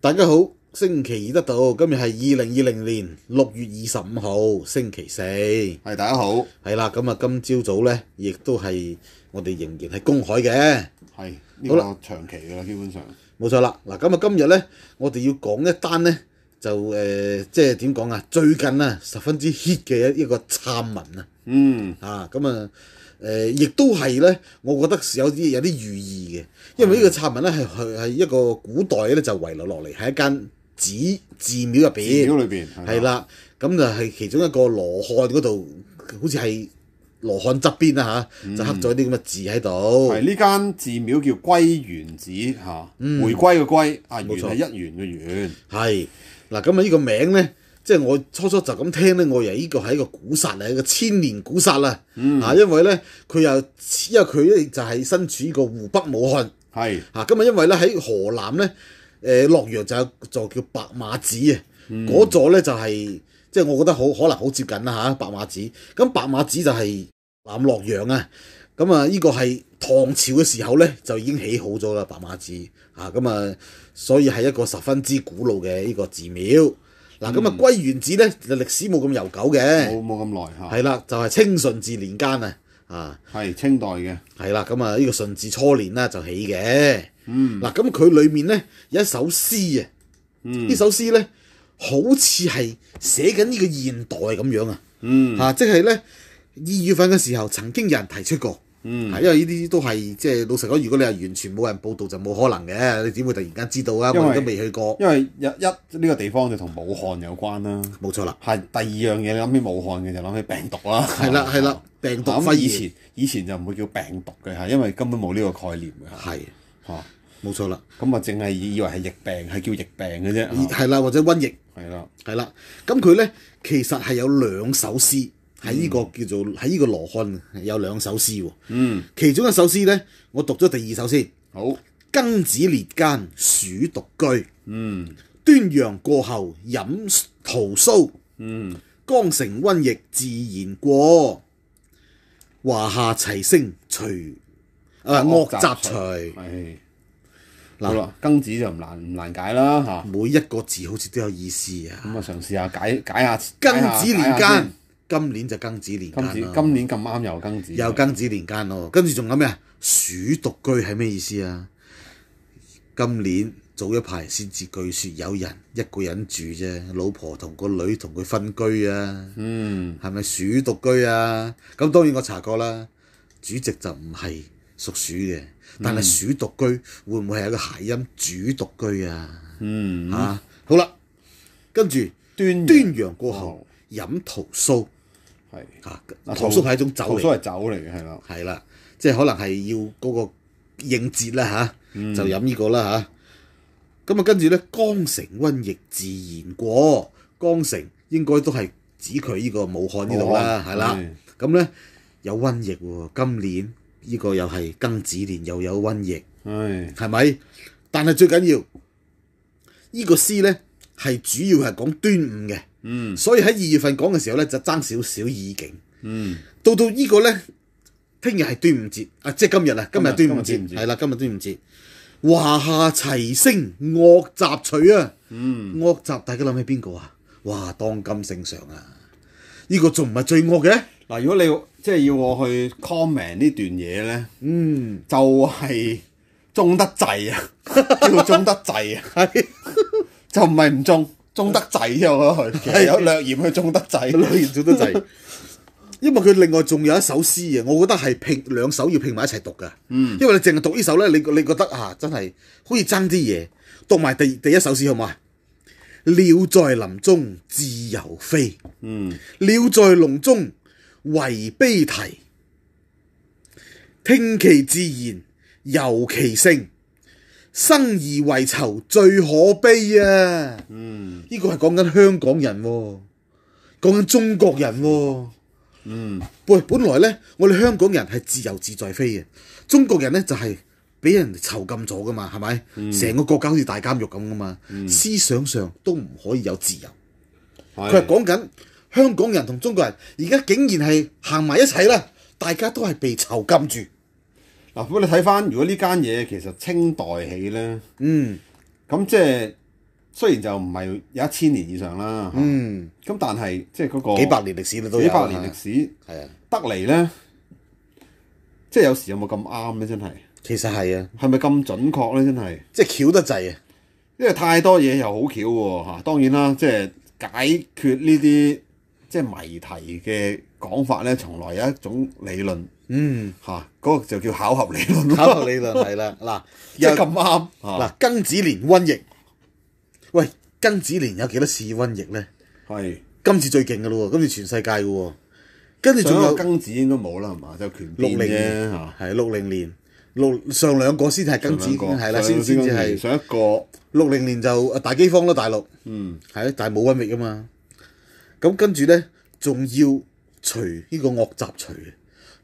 大家好，星期二得到，今日係二零二零年六月二十五號，星期四，係係大家好，啦。咁啊，今朝早呢，亦都係我哋仍然係公海嘅，係呢、好個長期㗎啦，基本上冇錯啦。嗱，咁啊，今日呢，我哋要講一單呢，就誒、呃即係點講啊？最近啊，十分之 hit 嘅一個撐文啊，嗯啊，咁啊。誒，亦都係咧，我覺得有啲有啲寓意嘅，因為呢個插文咧係係係一個古代咧就遺留落嚟喺一間寺寺廟入寺邊廟。裏邊係啦，啦，咁就係其中一個羅漢嗰度，好似係羅漢側邊啦吓，就刻咗啲咁嘅字喺度。係呢間寺廟叫歸元寺嚇，回歸嘅歸啊，嗯元冇錯係一元嘅元，係嗱，咁啊呢個名咧，即係我初初就咁聽咧，我以為呢個係一個古剎嚟，一個千年古剎啦。啊，因為咧佢又因為佢咧就係身處呢個湖北武漢係啊，咁啊因為咧喺河南咧，誒洛陽就有座叫白馬寺啊，嗰座咧就係即係我覺得好可能好接近啦嚇，白馬寺。咁白馬寺就係南洛陽啊，咁啊呢個係唐朝嘅時候咧就已經起好咗啦，白馬寺啊，咁啊所以係一個十分之古老嘅呢個寺廟。嗱咁啊，歸元寺咧就歷史冇咁悠久嘅，冇冇咁耐嚇，係啦，就係清順治年間啊，啊。係清代嘅，係啦，咁啊呢個順治初年啦就起嘅。嗯，嗱咁佢裏面咧有一首詩啊，呢、首詩咧好似係寫緊呢個現代咁樣啊。嗯，嚇即係咧二月份嘅時候曾經有人提出過。嗯，因為呢啲都係即係老實講，如果你係完全冇人報道就冇可能嘅，你點會突然間知道啊？我因為哋都未去過，因為一一呢個地方就同武漢有關啦，冇錯啦，係第二樣嘢你諗起武漢嘅就諗起病毒啦，啊係啦係啦，病毒咁肺以炎前以前就唔會叫病毒嘅嚇，因為根本冇呢個概念嘅嚇係嚇，冇錯啦，咁啊淨係以以為係疫病，係叫疫病嘅啫，嚇係啦或者瘟疫。係啦，係啦，咁佢咧其實係有兩首詩喺呢個叫做喺呢個羅漢有兩首詩喎。嗯，其中一首詩咧，我讀咗第二首先。好。庚子列間鼠獨居，嗯，端陽過後飲屠蘇。嗯，江城瘟疫自然過，華夏齊聲除啊惡習除。係嗱好啦，嗯庚子就唔難唔難解啦嚇。每一個字好似都有意思啊！咁啊，嘗試下解解下庚子年解下間先，今年就庚子年間庚啦子今年咁啱啊又庚子，有庚子年間咯，跟住仲有咩啊？鼠獨居係咩意思啊？今年早一排先至據說有人一個人住啫，老婆同個女同佢分居啊，嗯係咪鼠獨居啊？咁當然我查過啦，主席就唔係屬鼠嘅，但嗯係鼠獨居會唔會係一個諧音主獨居啊？嗯，啊，好啦，跟住端端陽過後飲屠蘇係啊，哦啊屠蘇係一種酒屠嚟蘇係酒嚟嘅，係啦，係啦，即係可能係要嗰個應節啦吓，就飲呢個啦吓，咁啊，跟住咧，江城瘟疫自然過，江城應該都係指佢呢個武漢呢度啦，武漢係啦嗯。咁咧有瘟疫喎，今年呢個又係庚子年又有瘟疫，唉，係咪？但係最緊要呢個詩咧係主要係講端午嘅，嗯所以喺二月份講嘅時候咧就爭少少意境。嗯，到到呢個呢，聽日係端午節啊，即係今日啊，今日今日端午今節日端午節係啦，今日端午節，華夏齊聲惡習取啊！嗯，惡習大家諗起邊個啊？哇，當今聖上啊！呢、個仲唔係最惡嘅？嗱，如果你即係要我去 comment 呢段嘢咧，嗯，就係中得滯 啊，叫做中得滯啊，係就唔係唔中，中得滯啫，我覺得佢其實有略嫌佢中得滯，兩言做得滯。因為佢另外仲有一首詩啊，我覺得係拼兩首要拼埋一齊讀㗎。嗯，因為你淨係讀呢首呢，你你覺得啊，真係好似爭啲嘢。讀埋第第一首詩好嘛？鳥在林中自由飛。嗯。鳥在籠中為悲啼，聽其自然，由其聲。生而為囚最可悲啊！嗯呢個係講緊香港人喎、講緊中國人喎、嗯喂，本來呢，我哋香港人係自由自在飛嘅，中國人呢就係、俾人囚禁咗噶嘛，係嗯咪？成、個國家好似大監獄咁噶嘛，思想上都唔可以有自由。佢佢係講緊香港人同中國人而家竟然係行埋一齊啦，大家都係被囚禁住。嗱，不過你睇翻，如果呢間嘢其實清代起咧，嗯，咁即係雖然就唔係有一千年以上啦，咁、嗯，但係即係嗰個幾百年歷史你都有，幾百年歷史係啊，得嚟咧，即係有時有冇咁啱咧？真係其實係啊，係咪咁準確咧？真係，即係巧得滯 啊，因為太多嘢又好巧喎嚇。當然啦，即係解決呢啲即係謎題嘅講法咧，從來有一種理論嗯，嚇，嗰、個就叫巧合理論咯，考學理論係啦，嗱，即係咁啱嗱嚇，庚子年瘟疫，喂，庚子年有幾多次瘟疫咧？係。今次最勁嘅咯喎，今次全世界嘅喎，跟住仲仲有有庚子應該冇啦，係嘛？就權六變零啫年嚇。係六零年六上兩個先係庚子上兩個係啦，上先兩先至個係上一個，六零年就呃大饑荒啦，大陸嗯，係但係冇瘟疫啊嘛。咁跟住咧，仲要除呢個惡習除，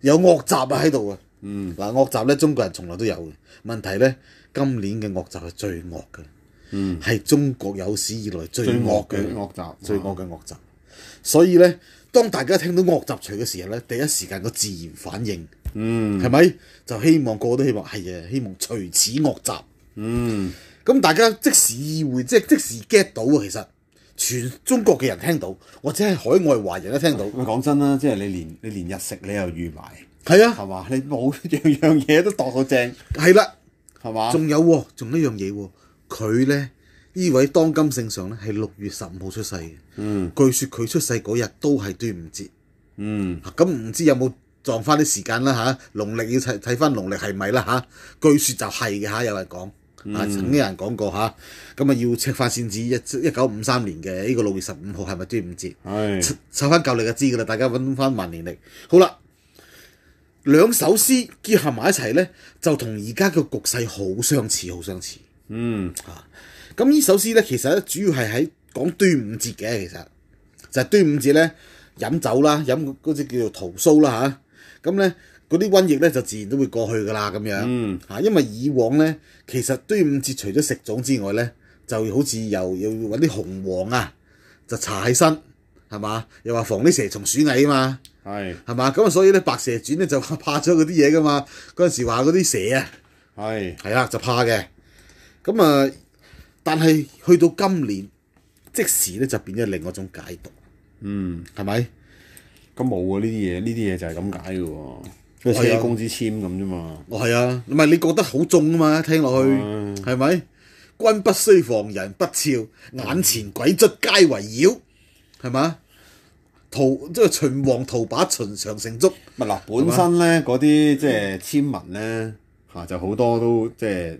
有惡習啊喺度啊。嗯，嗱惡習咧，中國人從來都有嘅。問題咧，今年嘅惡習係最惡嘅，嗯，係中國有史以來最最惡惡嘅嘅惡習，最惡嘅惡習。所以咧，當大家聽到惡習除嘅時候咧，第一時間個自然反應嗯係咪、就希望個個都希望係啊，希望除此惡習。嗯，咁大家即時意會，即即時 get 到啊！其實全中國嘅人聽到，或者係海外華人都聽到，喂講真啦，即係你連你連日食你又預埋，係啊，係嘛？你冇 樣樣嘢都度到正，係啦，係嘛？仲有喎，仲有一樣嘢喎，佢咧呢位當今聖上咧係六月十五號出世嘅，嗯據說佢出世嗰日都係端午節，嗯，啊咁唔知有冇撞翻啲時間啦嚇，農曆要睇睇翻農曆係咪啦嚇，據說就係嘅嚇，有人講。啊，曾經有人講過嚇，咁啊要 check 翻先知一一九五三年嘅呢個六月十五號係咪端午節？係查翻舊歷就知噶啦，大家揾翻萬年歷。好啦，兩首詩結合埋一齊呢，就同而家嘅局勢好相似，好相似。嗯咁呢首詩呢，其實咧主要係喺講端午節嘅，其實就係、端午節呢，飲酒啦，飲嗰隻叫做屠蘇啦吓，咁呢，嗰啲瘟疫呢，就自然都會過去噶啦，咁樣。嗯嚇，因為以往咧，其實端午節除咗食粽之外咧，就好似又要揾啲紅黃啊，就搽喺身，係嘛？又話防啲蛇蟲鼠蟻啊嘛，係係嘛？咁啊，所以咧《白蛇傳》咧就話怕咗嗰啲嘢噶嘛。嗰陣時話嗰啲蛇啊，係係啊啦，就怕嘅。咁啊，但係去到今年，即時咧就變咗另外一種解讀，嗯，係咪？咁冇啊呢啲嘢，呢啲嘢就係咁解嘅喎，係啊車公之簽咁啫嘛，哦，係啊，唔係你覺得好重啊嘛，聽落去嗯係咪？君不須防人不肖，眼前鬼卒皆為妖，係嘛？屠即係秦王屠把秦長城捉，咪嗱本身咧嗰啲即係簽文咧嚇就好多都即係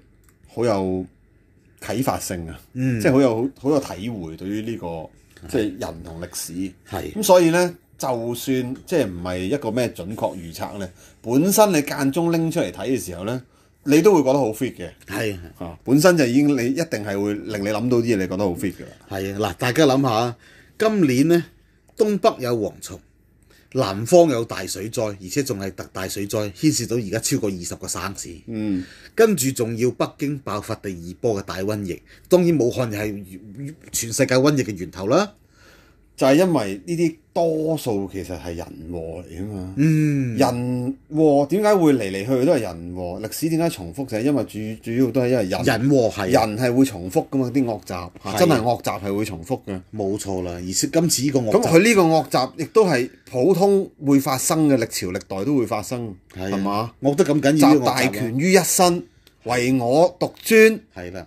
好有啟發性啊，嗯即係好有好有體會對於呢、個即係人同歷史。係咁所以咧，就算即係唔係一個咩準確預測咧，本身你間中拎出嚟睇嘅時候咧，你都會覺得好 fit 嘅係啊嚇。本身就已經你一定係會令你諗到啲嘢，你覺得好 fit 㗎啦。係啊！嗱，大家諗下，今年呢，東北有蝗蟲，南方有大水災，而且仲係特大水災，牽涉到而家超過二十個省市。嗯，跟住仲要北京爆發第二波嘅大瘟疫，當然武漢又係全世界瘟疫嘅源頭啦。就係因為呢啲多數其實係人禍嚟啊嘛。嗯，人禍點解會嚟嚟去去都係人禍？歷史點解重複就係因為主主要都係因為人人和係啊人係會重複噶嘛，啲惡習係真係惡習係會重複嘅。冇錯啦，而且今次呢個咁惡習佢呢個惡習亦都係普通會發生嘅，歷朝歷代都會發生，係嘛？惡得咁緊啊要，呢個集惡習大啊權於一身，唯我獨尊，係啦，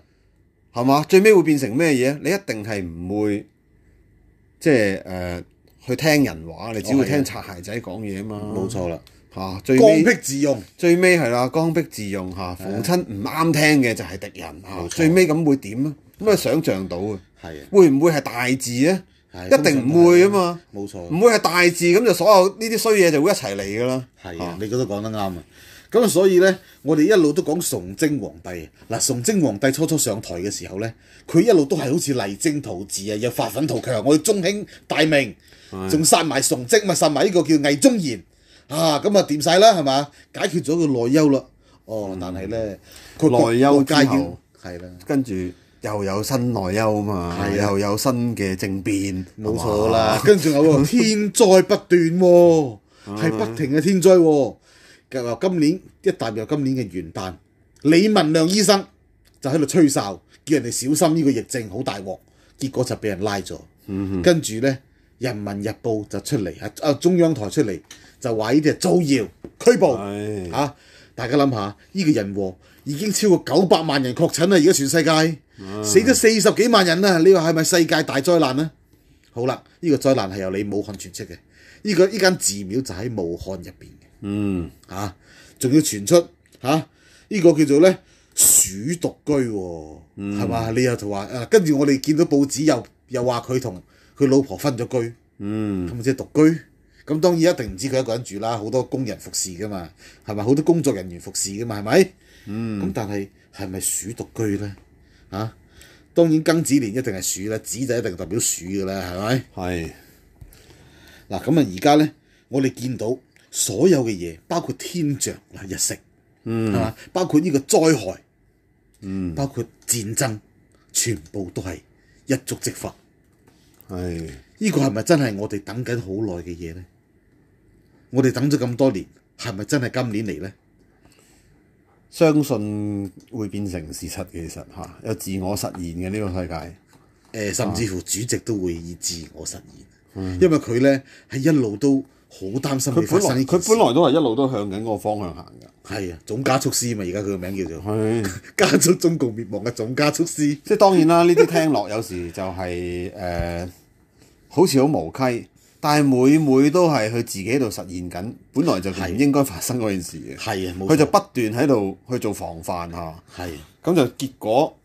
係嘛？最尾會變成咩嘢？你一定係唔會即係誒、呃去聽人話，你只哦會係啊聽擦鞋仔講嘢啊嘛。冇錯啦，嚇、最剛尾愎自用，最尾係啊啦，剛愎自用嚇，逢親唔啱聽嘅就係敵人嚇。冇錯最尾咁會點啊？咁啊想像到啊，係啊，會唔會係大字啊？係一定唔會啊嘛。冇錯，唔會係大字咁就所有呢啲衰嘢就會一齊嚟噶啦。係啊，你覺得講得啱啊。咁所以呢，我哋一路都講崇禎皇帝啊嗱，崇禎皇帝初初上台嘅時候呢，佢一路都係好似勵精圖治啊，又發奮圖強，我哋中興大明，仲殺埋崇禎，咪殺埋呢個叫魏忠賢啊，咁啊掂晒啦，係嘛？解決咗個內憂啦。哦，但係呢，佢國嗯內憂國家已經之後係啦。跟住又有新內憂啊嘛，係啊又有新嘅政變，冇錯啦，跟住仲有喎天災不斷喎，係不停嘅天災喎。又話今年一踏入今年嘅元旦，李文亮醫生就喺度吹哨，叫人哋小心呢個疫症好大鑊，結果就俾人拉咗。跟住呢，《人民日報》就出嚟啊啊中央台出嚟就話呢啲係造謠拘捕唉嚇、啊大家諗下，呢、個人禍已經超過九百萬人確診啦，而家全世界、死咗四十幾萬人啦，你話係咪世界大災難啊？好啦，呢、個災難係由你武漢傳出嘅，呢、個呢間寺廟就喺武漢入邊嘅。嗯，啊，仲要傳出啊嚇呢、個叫做咧鼠獨居喎、係嘛、你又就話啊，跟住我哋見到報紙又又話佢同佢老婆分咗居，嗯，咁咪即係獨居。咁當然一定唔止佢一個人住啦，好多工人服侍噶嘛，係咪？好多工作人員服侍噶嘛，係咪？嗯。咁但係係咪鼠獨居咧？嚇、當然庚子年一定係鼠啦，子就一定代表鼠噶啦，係咪？係嗱，咁啊而家咧，我哋見到所有嘅嘢，包括天象嗱日食，嗯，係嘛？包括呢個災害，嗯，包括戰爭，全部都係一觸即發。係呢個係咪真係我哋等緊好耐嘅嘢呢？我哋等咗咁多年，係咪真係今年嚟呢？相信會變成事實嘅，其實嚇有自我實現嘅呢個世界。誒，甚至乎主席都會以自我實現，因為佢呢係一路都好擔心會嗯佢發本生來呢件佢事本。來都係一路都向緊嗰個方向行㗎。係啊，總加速師嘛，而家佢個名叫做 係。加速中共滅亡嘅總加速師。即係當然啦，呢啲聽落有時就係、呃好似好無稽，但係每每都係佢自己喺度實現緊，本來就唔應該發生嗰件事嘅。係啊，冇佢錯就不斷喺度去做防範嚇，係啊咁就結果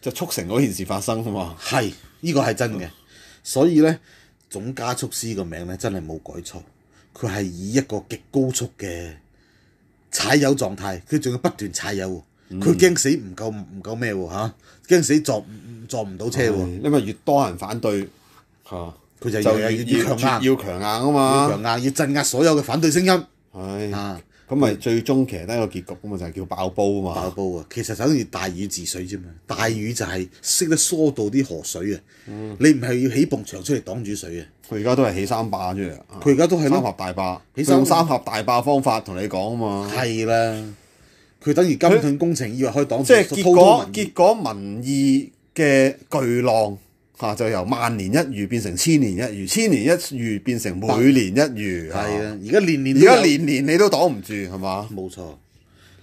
就促成嗰件事發生啊嘛。係呢個係真嘅，所以呢，總加速師個名呢真係冇改錯，佢係以一個極高速嘅踩油狀態，佢仲要不斷踩油嗯喎，佢驚死唔夠唔夠咩喎嚇，驚死撞唔撞唔到車喎，因為越多人反對嚇，佢就就越越越越強硬要強硬啊嘛。強硬要鎮壓所有嘅反對聲音係，啊！咁咪最終其實都係一個結局啊嘛，就係叫爆煲啊嘛。爆煲啊！其實等於大禹治水啫嘛，大禹就係識得疏導啲河水啊，嗯你唔係要起埲牆出嚟擋住水啊！佢而家都係起三霸出嚟啊，佢而家都係咯三峽大霸，起佢三用三峽大霸方法同你講啊嘛，係啦，佢等於金盾工程以為可以擋住，即係就結滔滔果民意結果民意嘅巨浪嚇、啊就由萬年一遇變成千年一遇，千年一遇變成每年一遇，啊係啦，而家年年而都有家年年你都擋唔住係嘛？冇錯。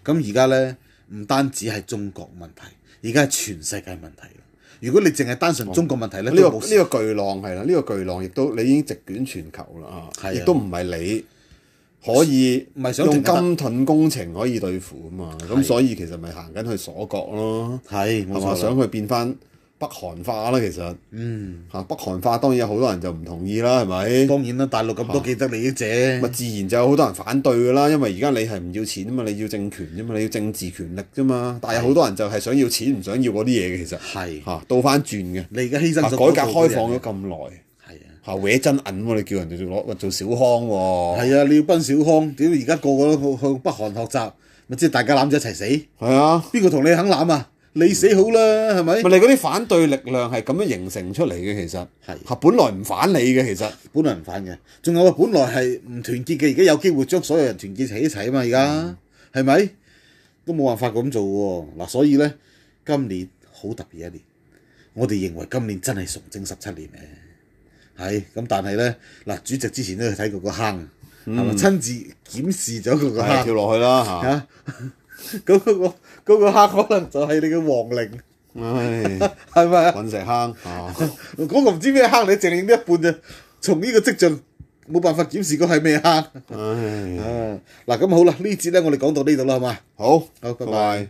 咁而家咧，唔單止係中國問題，而家係全世界問題啦。如果你淨係單純中國問題咧，哦呢、都個冇呢、事。個巨浪係啦，呢、個巨浪亦都你已經席捲全球啦係啊嚇，亦都唔係你可以唔係想停用得金盾工程可以對付啊嘛，咁所以其實咪行緊去鎖國咯。係冇係嘛？錯啦，想佢變翻北韓化啦，其實嗯嚇北韓化當然有好多人就唔同意啦，係咪？當然啦，大陸咁多既得利益者，啊咪自然就有好多人反對㗎啦，因為而家你係唔要錢啊嘛，你要政權啫嘛，你要政治權力啫嘛，但係有好多人就係想要錢，唔想要嗰啲嘢嘅，其實係嚇倒翻轉嘅。你而家犧牲啊咗改嗰度嗰啲革人開放咗咁耐係啊。嚇，搲真銀喎，你叫人哋做攞做小康喎，係啊，你要奔小康，屌而家個個都去去北韓學習，咪即係大家攬咗一齊死，係啊。邊個同你肯攬啊？你死好啦，係咪？咪你嗰啲反對力量係咁樣形成出嚟嘅，其實係嚇本來唔反你嘅，其 實本來唔反嘅，仲有啊，本來係唔團結嘅，而家有機會將所有人團結喺一齊啊嘛，而家係咪？都冇辦法咁做喎。嗱，所以呢，今年好特別一年，我哋認為今年真係崇禎十七年嘅，係咁，但係呢，嗱，主席之前都去睇過個坑，係咪、親自檢視咗佢個係坑跳落去啦嚇。嚇？嗰、個嗰、個坑可能就係你嘅亡靈，唉，係咪啊？揾石坑啊！嗰個唔知咩坑，你淨係影得一半啫。從呢個跡象冇辦法檢視嗰係咩坑。唉，嗯啊，嗱咁好啦，呢節咧我哋講到呢度啦，好嘛？好，好拜拜拜拜